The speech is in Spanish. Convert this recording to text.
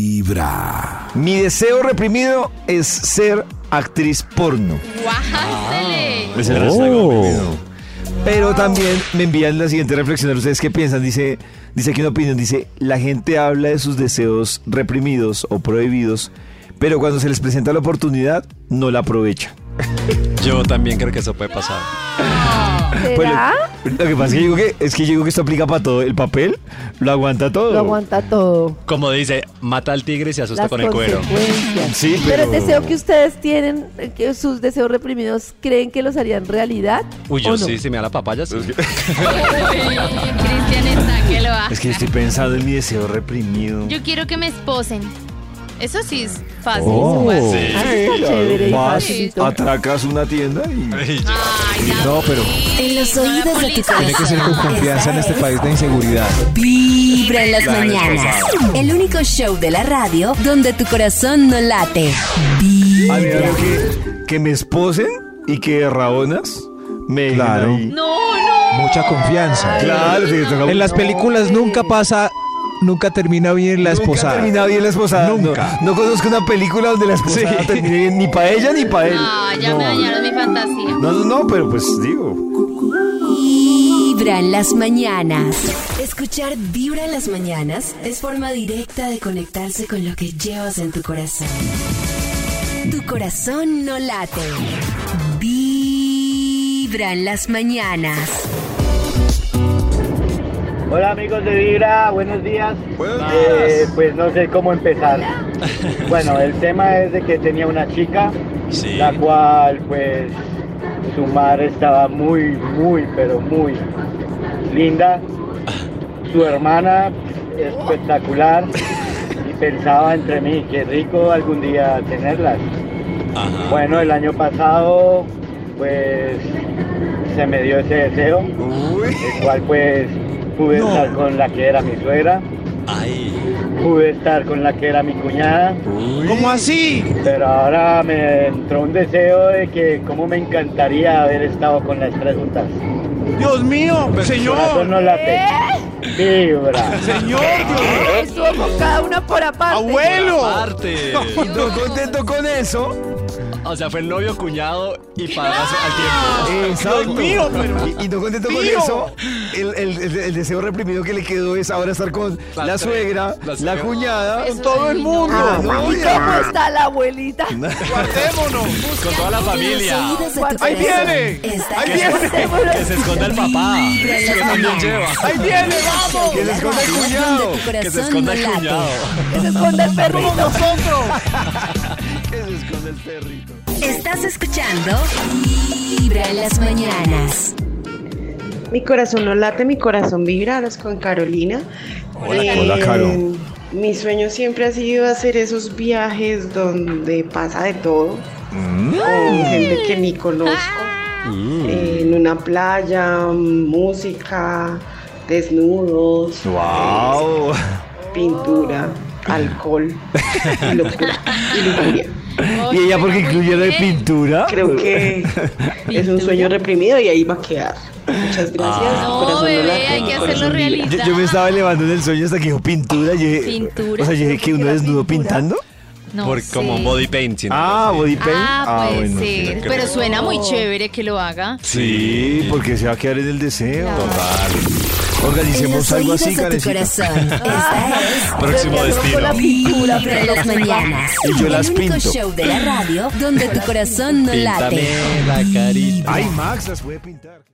vibra. Mi deseo reprimido es ser actriz porno. Ah, ¡Guájale! Ese era el saco reprimido. Pero también me envían la siguiente reflexión. ¿Ustedes qué piensan? Dice, dice aquí una opinión. Dice, la gente habla de sus deseos reprimidos o prohibidos, pero cuando se les presenta la oportunidad, no la aprovecha. Yo también creo que eso puede pasar. Pues ¿Será? lo, lo que pasa es que, yo digo que- es que yo digo que esto aplica para todo. El papel lo aguanta todo. Lo aguanta todo. Como dice, mata al tigre y se asusta Las con el cuero. consecuencias. Sí, Pero el deseo que ustedes tienen, eh, que sus deseos reprimidos, ¿creen que los harían realidad? Uy, yo ¿O no? sí, si me da la papaya, sí. Uy, Cristian está que lo hace. Es que yo estoy pensando en mi deseo reprimido. Yo quiero que me esposen. Eso sí es fácil. Oh. supongo. Sí. Ah, eso está chévere y Vas, facilito. atracas una tienda y... Ay, yo- Ay, No, pero En los No la oídos de tu poliza. corazón. tiene que ser con confianza en este país de inseguridad. Vibra en las mañanas. El único show de la radio donde tu corazón no late. A mí Vibra. algo que, que me esposen y que rabonas me dejen Claro. ahí. No, no. Mucha confianza. Claro, sí, toca- En las películas nunca pasa, nunca termina bien la Nunca esposada. termina bien la esposada. no. Nunca. No, conozco una película donde la esposada Sí. termine bien, ni para ella ni para él. No, Ah, ya me dañaron mi fantasía. No, no, no, pero pues digo. Vibra en las mañanas. Escuchar Vibra en las mañanas es forma directa de conectarse con lo que llevas en tu corazón. Tu corazón no late. Vibra en las mañanas. Hola amigos de Vibra, buenos días. Eh, pues no sé cómo empezar. Bueno, el tema es de que tenía una chica, Sí. la cual pues su madre estaba muy, muy, pero muy linda. Su hermana espectacular y pensaba entre mí, qué rico algún día tenerlas. Ajá. Bueno, el año pasado pues se me dio ese deseo Uy. el cual pues pude estar con la que era mi suegra, Ay. pude estar con la que era mi cuñada, ¿Cómo así? pero ahora me entró un deseo de que cómo me encantaría haber estado con las tres juntas. Dios mío, Corazón no late. Vibra. señor, Eso, con cada una por aparte. Parte. No contento con eso. O sea, fue el novio, cuñado y padrastro al tiempo. Exacto. mío, pero- y, y no contento con Tío. eso. El, el- el- el deseo reprimido que le quedó es ahora estar con la, La tres, suegra, la la, suegra. cuñada. Eso todo el sí, mundo. Ah, ¿Y cómo está la abuelita? Con toda la familia. En los oídos de tu ¡Ahí corazón. viene! Esta ¡Ahí canción. viene! Que se esconda el papá. Vibra en Que las también mañanas. lleva. pues, ¡Ahí viene! ¡Vamos! Que se esconda el cuñado. Donde tu Que se corazón no esconda el late. cuñado. Que se esconde el perrito. Que se esconde el perrito. Estás escuchando Vibra en las mañanas. Mi corazón no late, mi corazón vibra, los con Carolina. Eh, Hola, hola, Caro. Mi sueño siempre ha sido hacer esos viajes donde pasa de todo, con gente que ni conozco, Mm. eh, en una playa, música, desnudos, ¡Wow! pintura, alcohol, locura y lujuria. Oye, ¿Y ella porque pero incluye la de bien. pintura? Creo que es un sueño reprimido y ahí va a quedar. Muchas gracias. No, Ah. corazón bebé, late, hay que corazón hacerlo vibra. Yo, realidad. yo me estaba elevando en el sueño hasta que dijo pintura. Yo, dije- Pintura, O sea, yo dije pero que ¿por qué uno la desnudo pintura? pintando. No Por- sé. como body painting. Ah, body paint. Ah, puede ser. sí. Pero suena muy chévere que lo haga. Sí, porque se va a quedar en el deseo. Total. En los Organicemos algo oídos así, de tu Karencita. corazón. Esta es Próximo Pero que destino. con la pintura, Vibra en pero- las mañanas. Y yo las el único pinto. show de la radio donde tu corazón no late. Píntame la carita. Ay, Max las puede pintar.